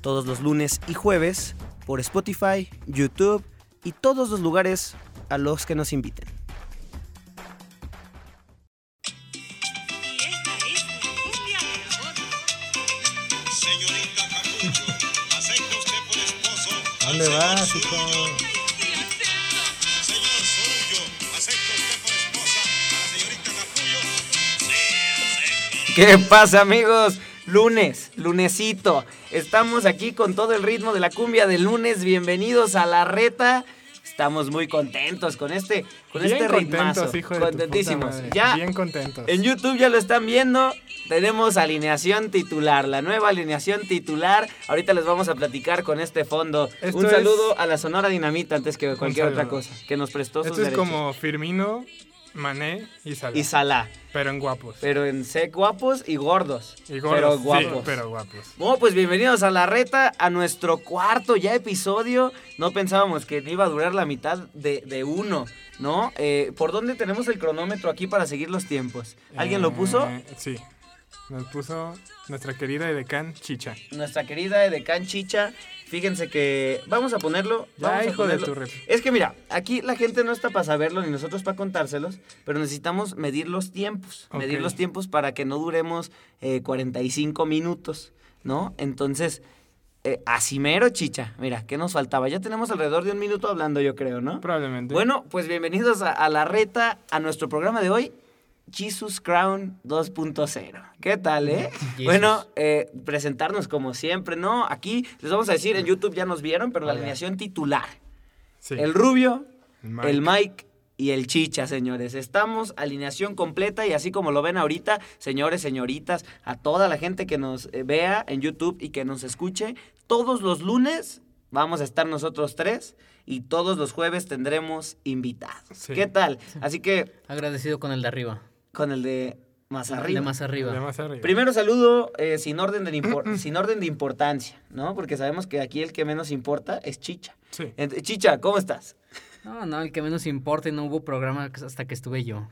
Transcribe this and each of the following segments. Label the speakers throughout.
Speaker 1: todos los lunes y jueves por Spotify, YouTube y todos los lugares a los que nos inviten.
Speaker 2: Señorita Cacucho, ¿acepta usted por esposo? al
Speaker 3: ¿Dónde
Speaker 2: señor
Speaker 3: vas,
Speaker 2: suyo?
Speaker 3: hijo?
Speaker 2: Señor Zurullo, ¿acepta usted por esposa a la señorita Capullo?
Speaker 4: ¿Qué pasa amigos? Lunes, lunesito. Estamos aquí con todo el ritmo de la cumbia del lunes. Bienvenidos a la reta. Estamos muy contentos con este, con
Speaker 3: Bien
Speaker 4: este
Speaker 3: contentos,
Speaker 4: ritmazo.
Speaker 3: hijo de tu puta
Speaker 4: Contentísimos.
Speaker 3: madre.
Speaker 4: Ya
Speaker 3: Bien contentos.
Speaker 4: en YouTube ya lo están viendo. Tenemos alineación titular, la nueva alineación titular. Ahorita les vamos a platicar con este fondo.
Speaker 3: Esto
Speaker 4: Un
Speaker 3: es-
Speaker 4: saludo a la Sonora Dinamita antes que cualquier otra
Speaker 3: saludo.
Speaker 4: cosa que nos prestó sus
Speaker 3: Esto es
Speaker 4: derechos.
Speaker 3: como Firmino, Mané y Salah.
Speaker 4: y Salah,
Speaker 3: pero en guapos.
Speaker 4: pero en sé guapos y gordos.
Speaker 3: y gordos,
Speaker 4: pero
Speaker 3: sí,
Speaker 4: guapos.
Speaker 3: pero guapos.
Speaker 4: Bueno, pues bienvenidos a La Reta, a nuestro cuarto ya episodio. No pensábamos que iba a durar la mitad de, de uno, ¿no? Eh, ¿Por dónde tenemos el cronómetro aquí para seguir los tiempos? ¿Alguien lo
Speaker 3: Eh,
Speaker 4: puso?
Speaker 3: Sí. Nos puso nuestra querida Edecán Chicha.
Speaker 4: Nuestra querida Edecán Chicha. Fíjense que vamos a ponerlo.
Speaker 3: Ya,
Speaker 4: vamos a
Speaker 3: hijo de
Speaker 4: ponerlo.
Speaker 3: tu rep.
Speaker 4: Es que mira, aquí la gente no está para saberlo ni nosotros para contárselos, pero necesitamos medir los tiempos.
Speaker 3: Ok.
Speaker 4: Medir los tiempos para que no duremos eh, 45 minutos, ¿no? Entonces, eh, así mero, chicha. Mira, ¿qué nos faltaba? Ya tenemos alrededor de un minuto hablando, yo creo, ¿no?
Speaker 3: Probablemente.
Speaker 4: Bueno, pues bienvenidos a, a la reta, a nuestro programa de hoy, Jesus Crown 2.0. ¿Qué tal, eh? Bueno, eh, presentarnos como siempre, ¿no? Aquí les vamos a decir, en YouTube ya nos vieron, pero la alineación titular.
Speaker 3: Sí.
Speaker 4: El Rubio,
Speaker 3: Mike.
Speaker 4: el Mike. Y el Chicha, señores. Estamos alineación completa y así como lo ven ahorita, señores, señoritas, a toda la gente que nos eh, vea en YouTube y que nos escuche, todos los lunes vamos a estar nosotros tres y todos los jueves tendremos invitados.
Speaker 3: Sí.
Speaker 4: ¿Qué tal? Así que
Speaker 5: Agradecido con el de arriba.
Speaker 4: con el de más
Speaker 5: El
Speaker 4: arriba.
Speaker 5: De más arriba.
Speaker 3: De más arriba.
Speaker 4: Primero saludo eh, sin, orden de impor- sin orden de importancia, ¿no? Porque sabemos que aquí el que menos importa es Chicha.
Speaker 3: Sí.
Speaker 4: Ent- Chicha, ¿cómo estás?
Speaker 5: No, no, el que menos importa y no hubo programa hasta que estuve yo.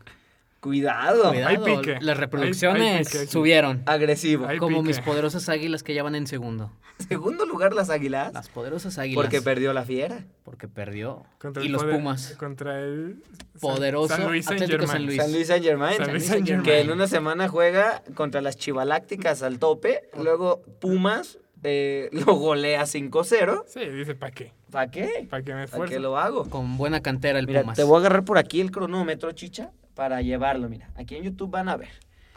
Speaker 4: Cuidado.
Speaker 5: Cuidado,
Speaker 3: Hay pique.
Speaker 5: Las
Speaker 3: Hay-
Speaker 5: reproducciones
Speaker 3: hay pique, hay pique.
Speaker 5: subieron.
Speaker 4: Agresivo.
Speaker 3: Hay
Speaker 5: como
Speaker 3: pique.
Speaker 5: mis poderosas águilas que ya van en segundo.
Speaker 4: Segundo lugar las águilas.
Speaker 5: Las poderosas águilas.
Speaker 4: porque perdió la fiera.
Speaker 5: porque perdió.
Speaker 3: Contra
Speaker 5: y
Speaker 3: el
Speaker 5: los
Speaker 3: poder-
Speaker 5: Pumas.
Speaker 3: Contra el
Speaker 5: Poderoso
Speaker 3: San Luis Saint
Speaker 5: Atlético San
Speaker 3: Germain.
Speaker 5: Luis.
Speaker 4: San Luis Saint Germain.
Speaker 3: San Luis
Speaker 5: San
Speaker 3: Saint
Speaker 5: Luis Saint
Speaker 4: Que
Speaker 3: Germain.
Speaker 4: en una semana juega contra las Chivalácticas al tope. Luego Pumas eh, lo golea 5-0.
Speaker 3: Sí, dice, ¿para qué?
Speaker 4: ¿Para qué?
Speaker 3: ¿Para qué me
Speaker 4: ¿Para qué
Speaker 3: esfuerzo?
Speaker 4: lo hago?
Speaker 5: Con buena cantera el
Speaker 4: Mira,
Speaker 5: Pumas.
Speaker 4: te voy a agarrar por aquí el cronómetro, chicha, para llevarlo. Mira, aquí en YouTube van a ver.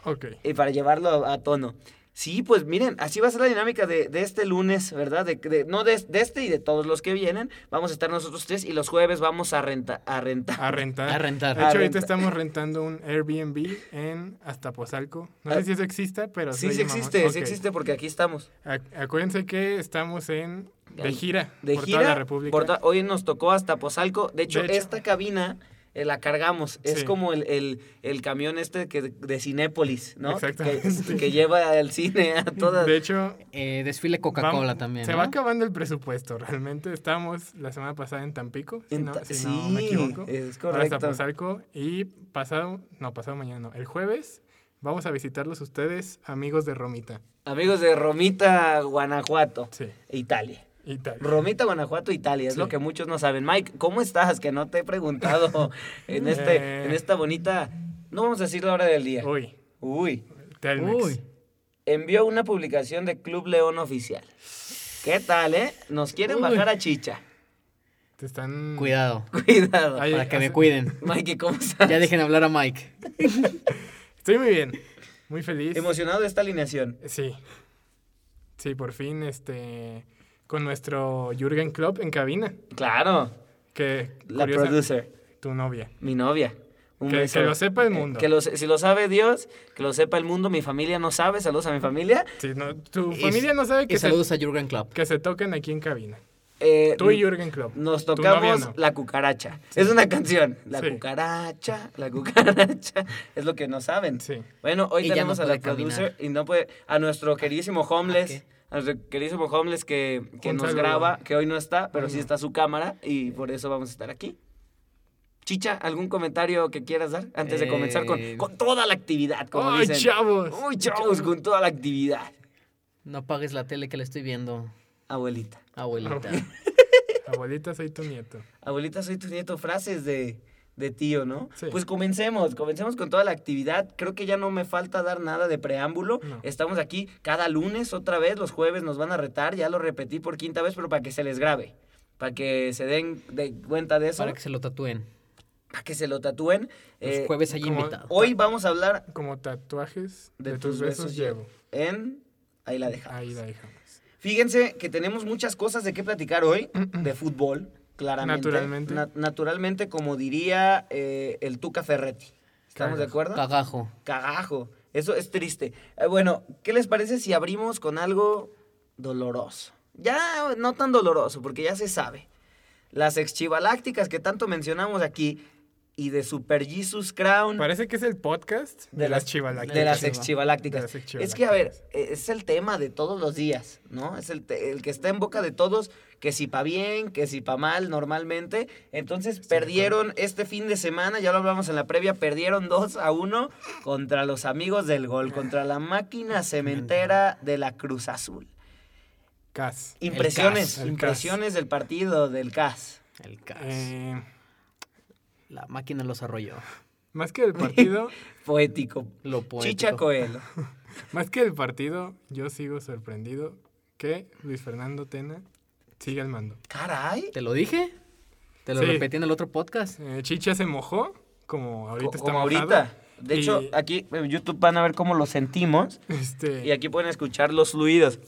Speaker 3: Ok.
Speaker 4: Y para llevarlo a, a tono. Sí, pues miren, así va a ser la dinámica de, de este lunes, ¿verdad? De, de- no de, de este y de todos los que vienen. Vamos a estar nosotros tres y los jueves vamos a, renta, a rentar.
Speaker 3: A rentar.
Speaker 5: A rentar.
Speaker 3: De hecho,
Speaker 4: A
Speaker 3: ahorita
Speaker 4: rentar.
Speaker 3: estamos rentando un Airbnb en Aztapotzalco. No
Speaker 4: Ah.
Speaker 3: sé si eso exista, pero
Speaker 4: Sí, sí
Speaker 3: se oye mamón.
Speaker 4: existe, sí
Speaker 3: Ok.
Speaker 4: existe porque aquí estamos.
Speaker 3: Ac- Acuérdense que estamos en de
Speaker 4: Ahí.
Speaker 3: gira
Speaker 4: De
Speaker 3: por
Speaker 4: gira.
Speaker 3: toda la República.
Speaker 4: por toda- hoy nos tocó hasta Pozalco. De hecho,
Speaker 3: De hecho.
Speaker 4: esta cabina eh, la cargamos. Es
Speaker 3: Sí.
Speaker 4: como el, el- el camión este que, de Cinépolis, ¿no?
Speaker 3: Exactamente,
Speaker 4: Que,
Speaker 3: sí.
Speaker 4: que lleva al cine a todas.
Speaker 3: De hecho,
Speaker 5: Eh, desfile Coca-Cola
Speaker 3: vamos-
Speaker 5: también.
Speaker 3: se
Speaker 5: ¿no?
Speaker 3: va acabando el presupuesto. Realmente estábamos la semana pasada en Tampico, si,
Speaker 4: En
Speaker 3: no,
Speaker 4: ta-
Speaker 3: si no me
Speaker 4: sí,
Speaker 3: equivoco.
Speaker 4: es
Speaker 3: Ahora
Speaker 4: correcto.
Speaker 3: Aztapotzalco y pasado, no, pasado mañana, no, el jueves vamos a visitarlos ustedes, amigos de Romita.
Speaker 4: Amigos de Romita, Guanajuato,
Speaker 3: Sí,
Speaker 4: Italia.
Speaker 3: y tal.
Speaker 4: Romita, Guanajuato, Italia, es
Speaker 3: Sí.
Speaker 4: lo que muchos no saben. Mike, ¿cómo estás? Que no te he preguntado en, este,
Speaker 3: Eh.
Speaker 4: en esta bonita... No vamos a decir la hora del día.
Speaker 3: Uy,
Speaker 4: Uy.
Speaker 3: Telmex.
Speaker 5: Uy.
Speaker 4: envió una publicación de Club León Oficial. ¿Qué tal, eh? Nos quieren
Speaker 5: Uy.
Speaker 4: bajar a chicha.
Speaker 3: Te están...
Speaker 5: Cuidado.
Speaker 4: Cuidado.
Speaker 3: Ay,
Speaker 5: Para que me
Speaker 3: hace-
Speaker 5: cuiden.
Speaker 4: Mikey, ¿cómo estás?
Speaker 5: Ya dejen hablar a Mike.
Speaker 3: Estoy muy bien, muy feliz.
Speaker 4: Emocionado de esta alineación.
Speaker 3: Sí. Sí, por fin, este... Con nuestro Jürgen Klopp en cabina.
Speaker 4: Claro,
Speaker 3: Que
Speaker 4: la
Speaker 3: curiosa-
Speaker 4: producer,
Speaker 3: Tu novia.
Speaker 4: mi novia. Un
Speaker 3: Que- que
Speaker 4: beso. Eh,
Speaker 3: lo sepa el mundo.
Speaker 4: Que lo se- si lo sabe Dios, que lo sepa el mundo. Mi familia no sabe. Saludos a mi familia.
Speaker 3: Sí, no, tu
Speaker 5: Y-
Speaker 3: familia no sabe
Speaker 5: Y
Speaker 3: que se,
Speaker 5: saludos a Jürgen Klopp.
Speaker 3: que se toquen aquí en cabina.
Speaker 4: Eh,
Speaker 3: Tú y Jürgen Klopp.
Speaker 4: Nos
Speaker 3: Tu novia
Speaker 4: tocamos
Speaker 3: no.
Speaker 4: La Cucaracha. Es una canción. La
Speaker 3: Sí.
Speaker 4: cucaracha, la cucaracha. Es lo que no saben.
Speaker 3: Sí.
Speaker 4: Bueno, hoy
Speaker 5: Y ya
Speaker 4: tenemos
Speaker 5: no
Speaker 4: a la
Speaker 5: puede caminar. Ah,
Speaker 4: producer y no puede. A nuestro queridísimo Homeless.
Speaker 5: ok.
Speaker 4: A nuestro queridísimo Homeless que, que
Speaker 3: Un
Speaker 4: nos
Speaker 3: saludo.
Speaker 4: graba, que hoy no está, pero sí
Speaker 3: no.
Speaker 4: está su cámara y por eso vamos a estar aquí. Chicha, ¿algún comentario que quieras dar antes de comenzar con,
Speaker 5: Eh.
Speaker 4: con toda la actividad? Como
Speaker 3: ¡Ay,
Speaker 4: dicen?
Speaker 3: chavos!
Speaker 4: ¡Uy, chavos! Con toda la actividad,
Speaker 5: No apagues la tele que la estoy viendo,
Speaker 4: abuelita.
Speaker 5: abuelita.
Speaker 3: Abuelita, soy tu nieto.
Speaker 4: Abuelita, soy tu nieto, frases de, de tío, ¿no?
Speaker 3: Sí.
Speaker 4: Pues comencemos, comencemos con toda la actividad. Creo que ya no me falta dar nada de preámbulo.
Speaker 3: No.
Speaker 4: Estamos aquí cada lunes otra vez, los jueves nos van a retar, ya lo repetí por quinta vez, pero para que se les grabe, para que se den de cuenta de eso,
Speaker 5: Para que se lo tatúen.
Speaker 4: lo tatúen. Eh,
Speaker 5: Los jueves hay
Speaker 3: como-
Speaker 5: invitado.
Speaker 4: Hoy vamos a hablar
Speaker 3: Como tatuajes
Speaker 4: de, tus, besos, llevo. En... Ahí la dejamos.
Speaker 3: Ahí la dejamos.
Speaker 4: Fíjense que tenemos muchas cosas de qué platicar hoy, de fútbol, claramente.
Speaker 3: Naturalmente.
Speaker 4: Na- naturalmente, como diría eh, el Tuca Ferretti. ¿Estamos de
Speaker 3: Cagajo.
Speaker 4: acuerdo?
Speaker 5: Cagajo.
Speaker 4: Cagajo. Eso es triste. Eh, bueno, ¿qué les parece si abrimos con algo doloroso? Ya no tan doloroso, porque ya se sabe. Las exchivalácticas que tanto mencionamos aquí y de Super Jesus Crown.
Speaker 3: Parece que es el podcast de, las chivalácticas.
Speaker 4: De las
Speaker 3: De
Speaker 4: exchivalácticas.
Speaker 3: las
Speaker 4: Es que, a ver, eh, es el tema de todos los días, ¿no? Es el, te- el que está en boca de todos, que si pa' bien, que si pa' mal, normalmente. Entonces, perdieron este fin de semana, ya lo hablamos en la previa, perdieron 2 a 1 contra los amigos del
Speaker 3: Ah.
Speaker 4: gol, contra la máquina cementera de la Cruz Azul.
Speaker 3: Cas.
Speaker 4: Impresiones,
Speaker 3: CAS. El
Speaker 4: impresiones del partido del CAS.
Speaker 5: El cas.
Speaker 3: Eh,
Speaker 5: La máquina los arrolló.
Speaker 3: más que el partido,
Speaker 4: Poético.
Speaker 5: Lo poético.
Speaker 4: Chicha Coelho.
Speaker 3: más que el partido, yo sigo sorprendido que Luis Fernando Tena sigue al mando.
Speaker 4: Caray.
Speaker 5: ¿Te lo dije? Te lo
Speaker 3: Sí.
Speaker 5: repetí en el otro podcast.
Speaker 3: Eh, Chicha se mojó, como ahorita está
Speaker 4: como
Speaker 3: mojado.
Speaker 4: ahorita. De hecho,
Speaker 3: Y-
Speaker 4: aquí en YouTube van a ver cómo lo sentimos.
Speaker 3: Este,
Speaker 4: Y aquí pueden escuchar los fluidos.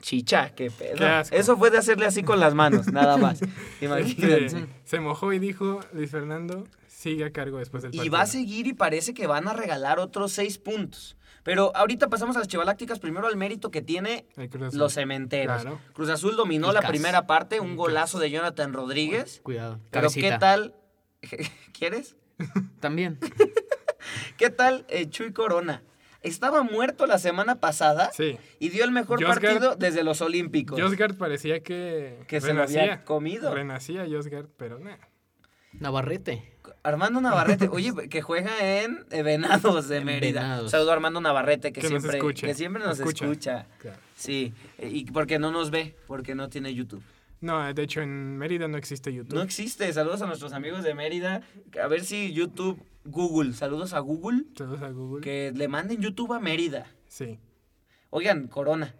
Speaker 4: Chicha, qué pedo.
Speaker 3: Qué asco.
Speaker 4: Eso fue de hacerle así con las manos, nada más.
Speaker 3: este,
Speaker 4: Imagínense.
Speaker 3: se mojó y dijo, Luis Fernando, sigue a cargo después del
Speaker 4: Y
Speaker 3: partido.
Speaker 4: va a seguir y parece que van a regalar otros seis puntos. Pero ahorita pasamos a las chivalácticas. Primero al mérito que tiene
Speaker 3: El Cruz Azul.
Speaker 4: los em- cementeros.
Speaker 3: Claro.
Speaker 4: Cruz Azul dominó
Speaker 5: El
Speaker 4: la
Speaker 5: Cas.
Speaker 4: primera parte, un golazo de Jonathan Rodríguez.
Speaker 5: Cuidado.
Speaker 4: Pero
Speaker 5: Cabecita.
Speaker 4: ¿qué tal? ¿Quieres?
Speaker 5: También.
Speaker 4: ¿Qué tal eh, Chuy Corona? Estaba muerto la semana pasada
Speaker 3: Sí.
Speaker 4: y dio el mejor
Speaker 3: Josgar-
Speaker 4: partido desde los Olímpicos.
Speaker 3: Josgard parecía que.
Speaker 4: Que se lo había comido.
Speaker 3: Renacía Josgard, pero nada.
Speaker 5: Navarrete.
Speaker 4: Armando Navarrete, oye, que juega en eh, Venados de
Speaker 5: En
Speaker 4: Mérida.
Speaker 5: Venados.
Speaker 4: Saludo a Armando Navarrete, que,
Speaker 3: Que nos
Speaker 4: siempre,
Speaker 3: escucha.
Speaker 4: que siempre nos escucha.
Speaker 3: Escucha.
Speaker 4: Sí, eh, y porque no nos ve, porque no tiene YouTube.
Speaker 3: No, de hecho en Mérida no existe YouTube.
Speaker 4: No existe. Saludos a nuestros amigos de Mérida. A ver si YouTube, Google, saludos a Google,
Speaker 3: Saludos a Google.
Speaker 4: que le manden YouTube a Mérida.
Speaker 3: Sí.
Speaker 4: Oigan, Corona.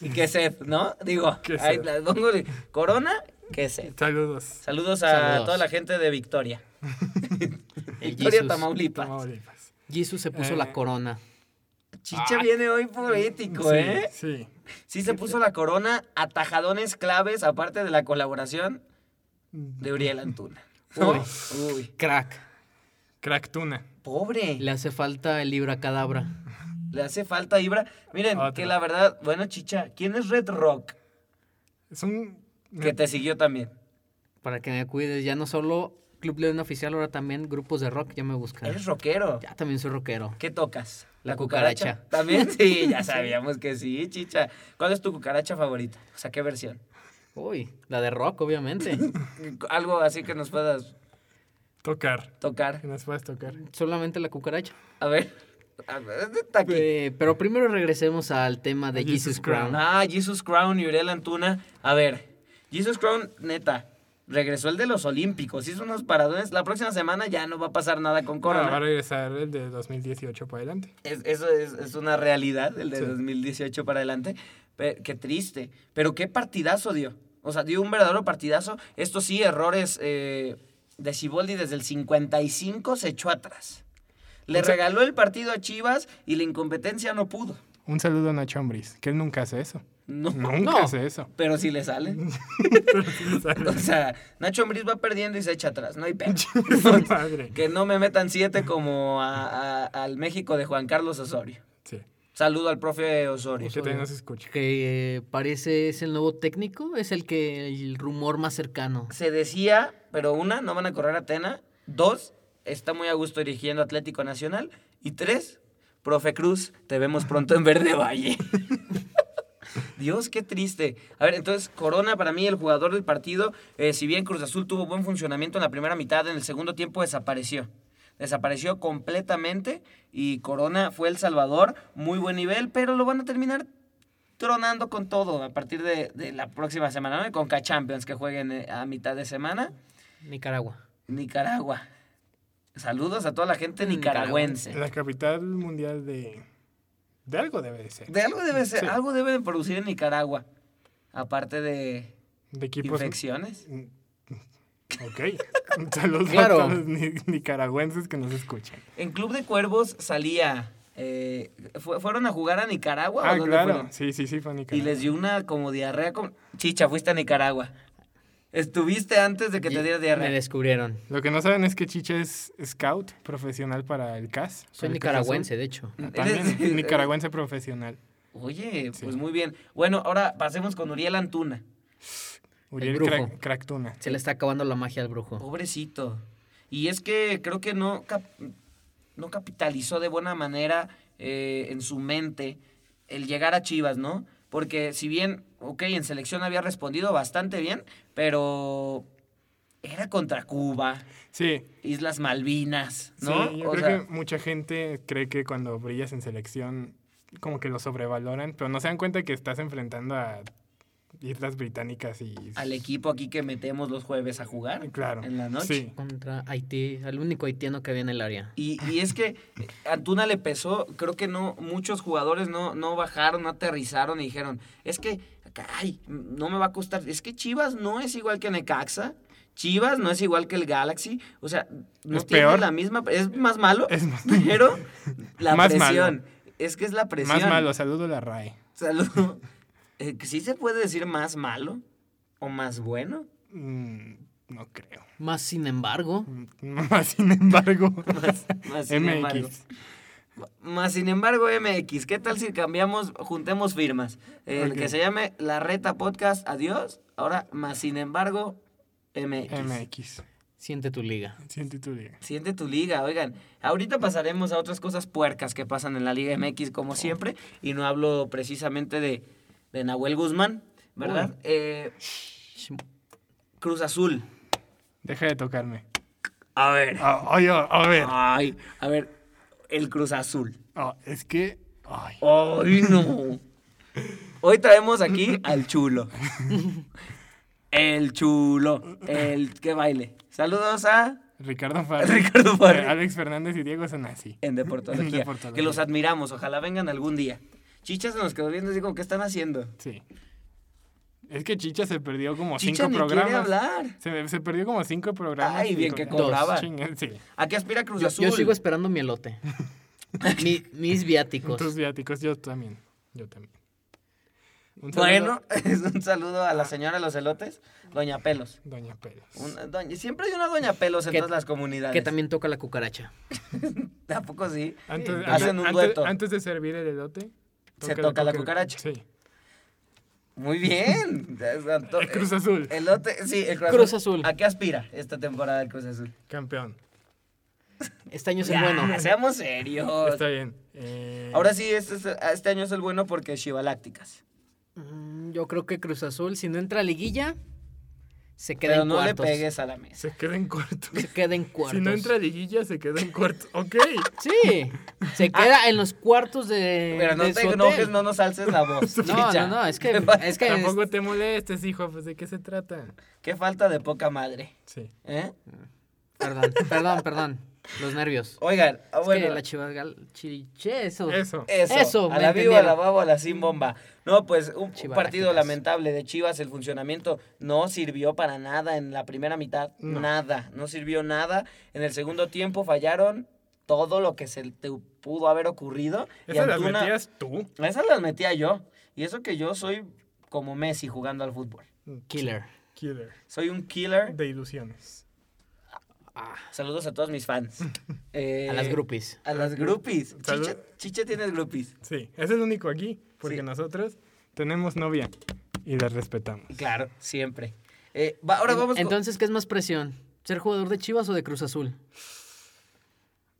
Speaker 4: y que sed, ¿no? Digo,
Speaker 3: Qué
Speaker 4: ahí
Speaker 3: sed.
Speaker 4: la pongo de- Corona, que sed.
Speaker 3: Saludos.
Speaker 4: Saludos a
Speaker 5: Saludos.
Speaker 4: toda la gente de Victoria.
Speaker 5: El
Speaker 4: Victoria
Speaker 5: Jesus.
Speaker 4: Tamaulipas.
Speaker 3: Tamaulipas.
Speaker 5: Jesus se puso
Speaker 3: Eh.
Speaker 5: la corona.
Speaker 4: Chicha viene hoy poético,
Speaker 3: Sí,
Speaker 4: ¿eh?
Speaker 3: Sí.
Speaker 4: Sí se puso la corona, atajadones claves, aparte de la colaboración de Uriel Antuna. Uy, uy,
Speaker 5: Crack.
Speaker 3: Cractuna.
Speaker 4: pobre.
Speaker 5: Le hace falta el libra cadabra.
Speaker 4: Le hace falta Ibra. Miren,
Speaker 3: Otro.
Speaker 4: que la verdad, bueno, Chicha, ¿quién es Red Rock?
Speaker 3: Es un.
Speaker 4: Que te siguió también.
Speaker 5: Para que me cuides. Ya no solo Club León Oficial, ahora también grupos de rock. Ya me buscan.
Speaker 4: Eres rockero.
Speaker 5: Ya también soy rockero.
Speaker 4: ¿Qué tocas?
Speaker 5: La cucaracha.
Speaker 4: ¿También? Sí, ya sabíamos que sí, Chicha. ¿Cuál es tu cucaracha favorita? O sea, ¿qué versión?
Speaker 5: Uy, la de rock, obviamente.
Speaker 4: Algo así que nos puedas
Speaker 3: Tocar.
Speaker 4: tocar.
Speaker 3: Que nos puedas tocar.
Speaker 5: Solamente la cucaracha.
Speaker 4: A ver. A ver, está aquí.
Speaker 5: Eh, pero primero regresemos al tema de
Speaker 3: A Jesus
Speaker 5: Jesus, Crown.
Speaker 4: Ah, Jesus Crown y Uriel Antuna. A ver, Jesus Crown, neta, regresó el de los Olímpicos, hizo unos paradones. La próxima semana ya no va a pasar nada con
Speaker 3: Ahora
Speaker 4: Corona.
Speaker 3: va a regresar el de 2018 para adelante.
Speaker 4: Es- eso es, es una realidad, el de
Speaker 3: Sí.
Speaker 4: 2018 para adelante. Pe- qué triste. Pero qué partidazo dio. O sea, dio un verdadero partidazo. Esto sí, errores eh, de Ciboldi desde el 55 se echó atrás. Le
Speaker 3: Un sa-
Speaker 4: regaló el partido a Chivas y la incompetencia no pudo.
Speaker 3: Un saludo a Nacho Ambriz, que él nunca hace eso.
Speaker 4: No.
Speaker 3: Nunca
Speaker 5: No.
Speaker 3: hace eso.
Speaker 4: Pero si le sale. o sea, Nacho Ambriz va perdiendo y se echa atrás. No hay pedo.
Speaker 3: Su madre.
Speaker 4: que no me metan siete como a- a- al México de Juan Carlos Osorio.
Speaker 3: Sí.
Speaker 4: Saludo al profe Osorio.
Speaker 3: Que también no se escucha.
Speaker 5: Que eh, parece es el nuevo técnico, es el que el rumor más cercano.
Speaker 4: Se decía, pero una, no van a correr a Atena. Dos, está muy a gusto dirigiendo Atlético Nacional. Y tres, profe Cruz, te vemos pronto en Verde Valle. Dios, qué triste. A ver, entonces, Corona para mí, el jugador del partido, eh, si bien Cruz Azul tuvo buen funcionamiento en la primera mitad, en el segundo tiempo desapareció. Desapareció completamente y Corona fue el salvador. Muy buen nivel, pero lo van a terminar tronando con todo a partir de, de la próxima semana, ¿no? Y Con K-Champions que jueguen eh, a mitad de semana.
Speaker 5: Nicaragua.
Speaker 4: Nicaragua. Saludos a toda la gente nicaragüense.
Speaker 3: La capital mundial de. De algo debe de ser.
Speaker 4: De algo debe ser,
Speaker 3: Sí.
Speaker 4: algo debe de producir en Nicaragua. Aparte de
Speaker 3: De equipos.
Speaker 4: infecciones.
Speaker 3: Mm, Ok. Un saludo
Speaker 5: Claro.
Speaker 3: a todos los ni- nicaragüenses que nos escuchan.
Speaker 4: En Club de Cuervos salía. eh, fu- ¿Fueron a jugar a Nicaragua? o
Speaker 3: Ah,
Speaker 4: dónde
Speaker 3: claro.
Speaker 4: fueron?
Speaker 3: Sí, sí, sí, fue a
Speaker 4: Y
Speaker 3: Nicaragua.
Speaker 4: les dio una como diarrea. como- Chicha, fuiste a Nicaragua. Estuviste antes de que te diera
Speaker 5: Me
Speaker 4: diarrea.
Speaker 5: descubrieron.
Speaker 3: Lo que no saben es que Chicha es scout profesional para el CAS. para
Speaker 5: Soy
Speaker 3: el Cruz
Speaker 5: nicaragüense, de hecho.
Speaker 3: Azul.
Speaker 4: Eres-
Speaker 3: También, nicaragüense profesional.
Speaker 4: Oye,
Speaker 3: Sí.
Speaker 4: pues muy bien. Bueno, ahora pasemos con Uriel Antuna.
Speaker 3: Uriel
Speaker 5: brujo.
Speaker 3: Crac- Cractuna.
Speaker 5: Se le está acabando la magia al brujo.
Speaker 4: Pobrecito. Y es que creo que no, cap- no capitalizó de buena manera eh, en su mente el llegar a Chivas, ¿no? Porque si bien, ok, en selección había respondido bastante bien, pero era contra Cuba,
Speaker 3: Sí,
Speaker 4: Islas Malvinas,
Speaker 3: sí,
Speaker 4: ¿no?
Speaker 3: yo
Speaker 4: O
Speaker 3: creo
Speaker 4: sea,
Speaker 3: que mucha gente cree que cuando brillas en selección como que lo sobrevaloran, pero no se dan cuenta que estás enfrentando a islas británicas y...
Speaker 4: al equipo aquí que metemos los jueves a jugar
Speaker 3: Claro.
Speaker 4: en la noche.
Speaker 3: Sí,
Speaker 5: Contra Haití, al único haitiano que había en el área.
Speaker 4: Y, y es que Antuna le pesó, creo que no, muchos jugadores no, no bajaron, no aterrizaron y dijeron, es que, ay, no me va a costar, es que Chivas no es igual que Necaxa, Chivas no es igual que el Galaxy, o sea, no
Speaker 3: Es
Speaker 4: tiene
Speaker 3: peor.
Speaker 4: la misma, es más malo,
Speaker 3: Es más-
Speaker 4: pero la
Speaker 3: Más
Speaker 4: presión,
Speaker 3: malo.
Speaker 4: es que es la presión.
Speaker 3: más malo, saludo a la RAE.
Speaker 4: Salud. Eh, ¿Sí se puede decir más malo o más bueno?
Speaker 3: Mm, no creo.
Speaker 5: Más sin embargo,
Speaker 3: Más sin embargo.
Speaker 4: Más, más sin
Speaker 3: MX.
Speaker 4: embargo. Más sin embargo, MX, ¿qué tal si cambiamos, juntemos firmas? El
Speaker 3: Ok.
Speaker 4: que se llame La Reta Podcast, adiós. Ahora, más sin embargo, MX.
Speaker 3: MX.
Speaker 5: siente tu liga.
Speaker 3: Siente tu liga.
Speaker 4: Siente tu liga, oigan. Ahorita pasaremos a otras cosas puercas que pasan en la Liga MX,
Speaker 3: Oh.
Speaker 4: como siempre. Y no hablo precisamente de, de Nahuel Guzmán, ¿verdad? Eh, Cruz Azul.
Speaker 3: Deja de tocarme.
Speaker 4: A ver.
Speaker 3: Ah, oye, a ver.
Speaker 4: Ay, a ver. El Cruz Azul.
Speaker 3: Ah, es que... Ay.
Speaker 4: ¡Ay, no! Hoy traemos aquí al chulo. El chulo. El que baile. Saludos a
Speaker 3: Ricardo Farri.
Speaker 4: Ricardo
Speaker 3: Eh,
Speaker 4: Farri
Speaker 3: Alex Fernández y Diego Sanasi.
Speaker 4: en Deportología.
Speaker 3: En Deportología.
Speaker 4: Que los admiramos. Ojalá vengan algún día. Chicha se nos quedó viendo así como, ¿qué están haciendo?
Speaker 3: Sí. Es que Chicha se perdió como
Speaker 4: Chicha
Speaker 3: cinco
Speaker 4: ni quiere
Speaker 3: programas.
Speaker 4: hablar.
Speaker 3: Se, se perdió como cinco programas.
Speaker 4: Ay,
Speaker 3: y
Speaker 4: bien
Speaker 3: con-
Speaker 4: que
Speaker 3: Dos.
Speaker 4: cobraba.
Speaker 3: Chinga, Sí,
Speaker 4: ¿A qué aspira Cruz
Speaker 5: Yo,
Speaker 4: Azul?
Speaker 5: yo sigo esperando mi elote. Mi- mis viáticos.
Speaker 3: tus viáticos, yo también. Yo también. Un saludo,
Speaker 4: Bueno, es un saludo a la señora de los elotes, Doña Pelos.
Speaker 3: Doña Pelos.
Speaker 4: Una doña- siempre hay una Doña Pelos en
Speaker 5: Que-
Speaker 4: todas las comunidades.
Speaker 5: Que también toca la cucaracha.
Speaker 4: Tampoco sí.
Speaker 3: Antes,
Speaker 4: Hacen
Speaker 3: antes-
Speaker 4: un
Speaker 3: antes-
Speaker 4: dueto.
Speaker 3: antes de servir el elote,
Speaker 4: Se toca la
Speaker 3: cucar-
Speaker 4: cucaracha.
Speaker 3: Sí.
Speaker 4: Muy bien. Santo-
Speaker 3: El Cruz Azul,
Speaker 4: Elote, sí, el Cruz,
Speaker 5: Cruz Azul.
Speaker 4: ¿A qué aspira esta temporada el Cruz Azul?
Speaker 3: campeón.
Speaker 5: Este año es el
Speaker 4: Ya,
Speaker 5: bueno.
Speaker 4: Seamos serios.
Speaker 3: Está bien. Eh,
Speaker 4: Ahora sí, este, es- este año es el bueno porque Chivalácticas.
Speaker 5: Mm, Yo creo que Cruz Azul, si no entra a liguilla, se queda
Speaker 4: Pero
Speaker 5: en
Speaker 4: no
Speaker 5: cuartos.
Speaker 4: le pegues a la mesa.
Speaker 3: se queda en cuarto.
Speaker 5: Se queda en cuartos.
Speaker 3: Si no entra liguilla, se queda en cuarto. Ok.
Speaker 5: Sí, se queda en los cuartos
Speaker 4: Ah.
Speaker 5: de.
Speaker 4: Pero no
Speaker 5: de
Speaker 4: te
Speaker 5: su hotel.
Speaker 4: enojes, no nos alces la voz.
Speaker 5: No,
Speaker 4: Chicha.
Speaker 5: no, no, es que.
Speaker 4: Qué, fa-
Speaker 5: Es que
Speaker 3: Tampoco te molestes, hijo. Pues, ¿de qué se trata?
Speaker 4: qué falta de poca madre.
Speaker 3: Sí.
Speaker 4: ¿eh?
Speaker 5: Perdón, perdón, perdón. Los nervios.
Speaker 4: Oigan, ah,
Speaker 5: Es que
Speaker 4: bueno.
Speaker 5: la chivas gal. Chiche, eso.
Speaker 3: Eso.
Speaker 4: Eso,
Speaker 5: Eso,
Speaker 4: a la viva,
Speaker 5: me
Speaker 4: a la
Speaker 5: entendieron.
Speaker 4: baba, a la sin bomba. No, pues un
Speaker 5: Chivalácticas.
Speaker 4: partido lamentable de Chivas, el funcionamiento no sirvió para nada en la primera mitad,
Speaker 3: No.
Speaker 4: nada, no sirvió nada. En el segundo tiempo fallaron todo lo que se te pudo haber ocurrido. y
Speaker 3: Esas las
Speaker 4: Antuna-
Speaker 3: metías tú.
Speaker 4: Esas las metía yo. Y eso que yo soy como Messi jugando al fútbol.
Speaker 5: Killer.
Speaker 3: Mm, Killer.
Speaker 4: Soy un killer.
Speaker 3: De ilusiones.
Speaker 4: Saludos a todos mis fans. Eh,
Speaker 5: A las groupies.
Speaker 4: A las groupies.
Speaker 3: Salud.
Speaker 4: Chiche, Chiche tienes groupies.
Speaker 3: Sí, es el único aquí, porque
Speaker 4: Sí.
Speaker 3: nosotros tenemos novia y la respetamos.
Speaker 4: Claro, siempre. Eh, va- ahora vamos con-
Speaker 5: Entonces, ¿qué es más presión? ¿Ser jugador de Chivas o de Cruz Azul?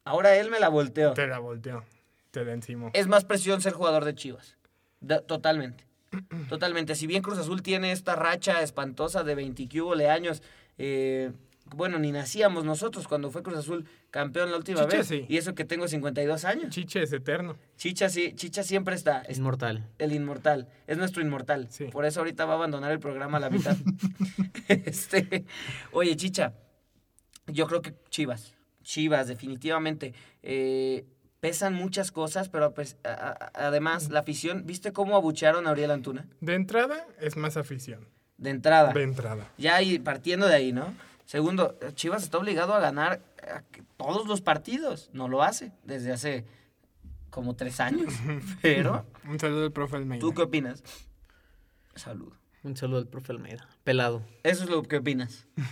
Speaker 4: Ahora él me la volteó.
Speaker 3: Te la volteó, te la encimó.
Speaker 4: Es más presión ser jugador de Chivas. Da- totalmente. Totalmente. Si bien Cruz Azul tiene esta racha espantosa de 20 y cúbole años, eh, bueno, ni nacíamos nosotros cuando fue Cruz Azul campeón la última
Speaker 3: Chicha
Speaker 4: vez.
Speaker 3: sí.
Speaker 4: Y eso que tengo 52 años.
Speaker 3: Chiche es eterno.
Speaker 4: Chicha sí, Chicha siempre está.
Speaker 5: Es
Speaker 4: Es
Speaker 5: mortal.
Speaker 4: el inmortal. Es nuestro inmortal.
Speaker 3: Sí.
Speaker 4: Por eso ahorita va a abandonar el programa a la mitad. este, oye, Chicha, yo creo que Chivas. Chivas, definitivamente. Eh, pesan muchas cosas, pero pues, a- a- además la afición, ¿viste cómo abuchearon a Uriel Antuna?
Speaker 3: De entrada es más afición.
Speaker 4: De entrada.
Speaker 3: De entrada.
Speaker 4: Ya ahí, partiendo de ahí, ¿no? Segundo, Chivas está obligado a ganar eh, todos los partidos. No lo hace desde hace como tres años. Pero,
Speaker 3: Un saludo al profe Almeida.
Speaker 4: ¿tú qué opinas? Salud.
Speaker 5: Un saludo al profe Almeida. Pelado.
Speaker 4: Eso es lo que opinas.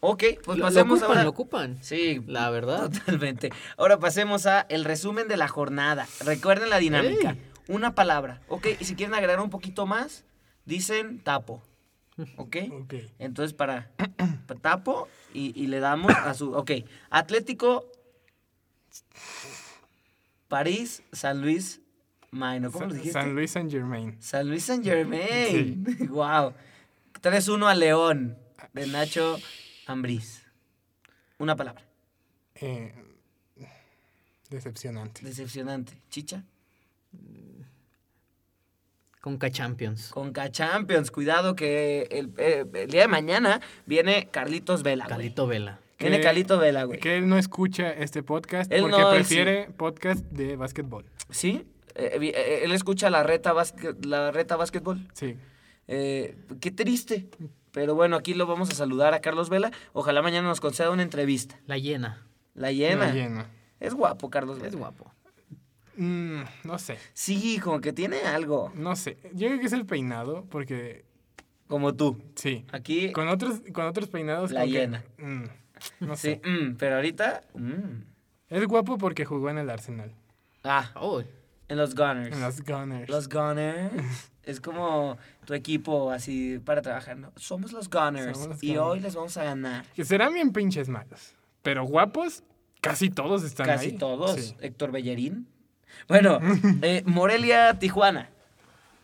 Speaker 4: Ok, pues
Speaker 5: Lo- lo,
Speaker 4: pasemos
Speaker 5: ocupan,
Speaker 4: ahora.
Speaker 5: lo ocupan.
Speaker 4: Sí,
Speaker 5: La verdad.
Speaker 4: totalmente. Ahora pasemos a el resumen de la jornada. Recuerden la dinámica. Una palabra. Ok, y si quieren agregar un poquito más, dicen tapo. Ok.
Speaker 3: Ok.
Speaker 4: Entonces, para pa- tapo y, y le damos a su. Ok. Atlético. París, San Luis, Maino. ¿Cómo lo
Speaker 3: Sa-
Speaker 4: dijiste?
Speaker 3: San Luis San Germain.
Speaker 4: San Luis San Germain. Wow. 3-1 a León de Nacho Ambriz. Una palabra.
Speaker 3: Eh, decepcionante.
Speaker 4: Decepcionante. Chicha.
Speaker 5: Conca Champions.
Speaker 4: Conca Champions. Cuidado que el, eh, el día de mañana viene Carlitos Vela. güey.
Speaker 5: Calito Vela.
Speaker 4: Viene
Speaker 3: Que-
Speaker 4: Calito Vela, Ah, güey.
Speaker 3: Que él no escucha este podcast
Speaker 4: Él
Speaker 3: porque
Speaker 4: no, él sí.
Speaker 3: prefiere podcast de básquetbol.
Speaker 4: ¿Sí? Eh, eh, vi- eh, él escucha la reta, basque- la reta básquetbol.
Speaker 3: Sí.
Speaker 4: Eh, qué triste. Pero bueno, aquí lo vamos a saludar a Carlos Vela. Ojalá mañana nos conceda una entrevista.
Speaker 5: La llena.
Speaker 4: La llena.
Speaker 3: No llena.
Speaker 4: Es guapo, Carlos Vela.
Speaker 5: Es guapo.
Speaker 3: Mm, no sé,
Speaker 4: Sí, como que tiene algo.
Speaker 3: no sé. Yo creo que es el peinado porque
Speaker 4: Como tú.
Speaker 3: sí.
Speaker 4: Aquí.
Speaker 3: Con otros, con otros peinados.
Speaker 4: La
Speaker 3: como que,
Speaker 4: hiena.
Speaker 3: mm, no
Speaker 4: Sí,
Speaker 3: sé.
Speaker 4: mm, pero ahorita. mm.
Speaker 3: Es guapo porque jugó en el Arsenal.
Speaker 4: Ah,
Speaker 5: Oh,
Speaker 4: en los Gunners.
Speaker 3: En los Gunners.
Speaker 4: Los Gunners. es como tu equipo así para trabajar, ¿no? Somos los Gunners.
Speaker 3: Somos los
Speaker 4: y
Speaker 3: Gunners.
Speaker 4: hoy les vamos a ganar.
Speaker 3: Que serán bien pinches malos. Pero guapos, casi todos están
Speaker 4: Casi
Speaker 3: ahí.
Speaker 4: todos.
Speaker 3: Sí.
Speaker 4: Héctor Bellerín. Bueno, eh, Morelia, Tijuana.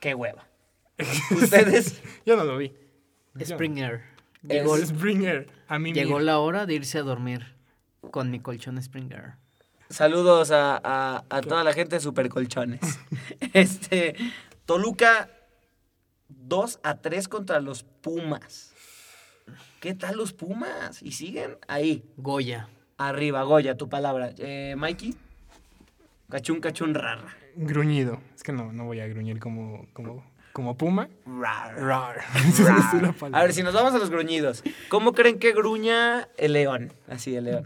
Speaker 4: Qué hueva. Ustedes.
Speaker 3: Yo no lo vi.
Speaker 5: Springer.
Speaker 4: Llegó-
Speaker 3: Es Springer. A mí
Speaker 5: Llegó la hora de irse a dormir con mi colchón Springer.
Speaker 4: Saludos a, a- a toda la gente de Supercolchones. Este, Toluca 2 a 3 contra los Pumas. ¿Qué tal los Pumas? Y siguen ahí,
Speaker 5: Goya.
Speaker 4: arriba, Goya, tu palabra. Eh, Mikey, cachún, cachún, rara.
Speaker 3: Gruñido. Es que no, no voy a gruñir como, como, como puma.
Speaker 4: Rar,
Speaker 3: Rar. Esa es una palabra.
Speaker 4: A ver, si nos vamos a los gruñidos. ¿Cómo creen que gruña el león? Así, el león.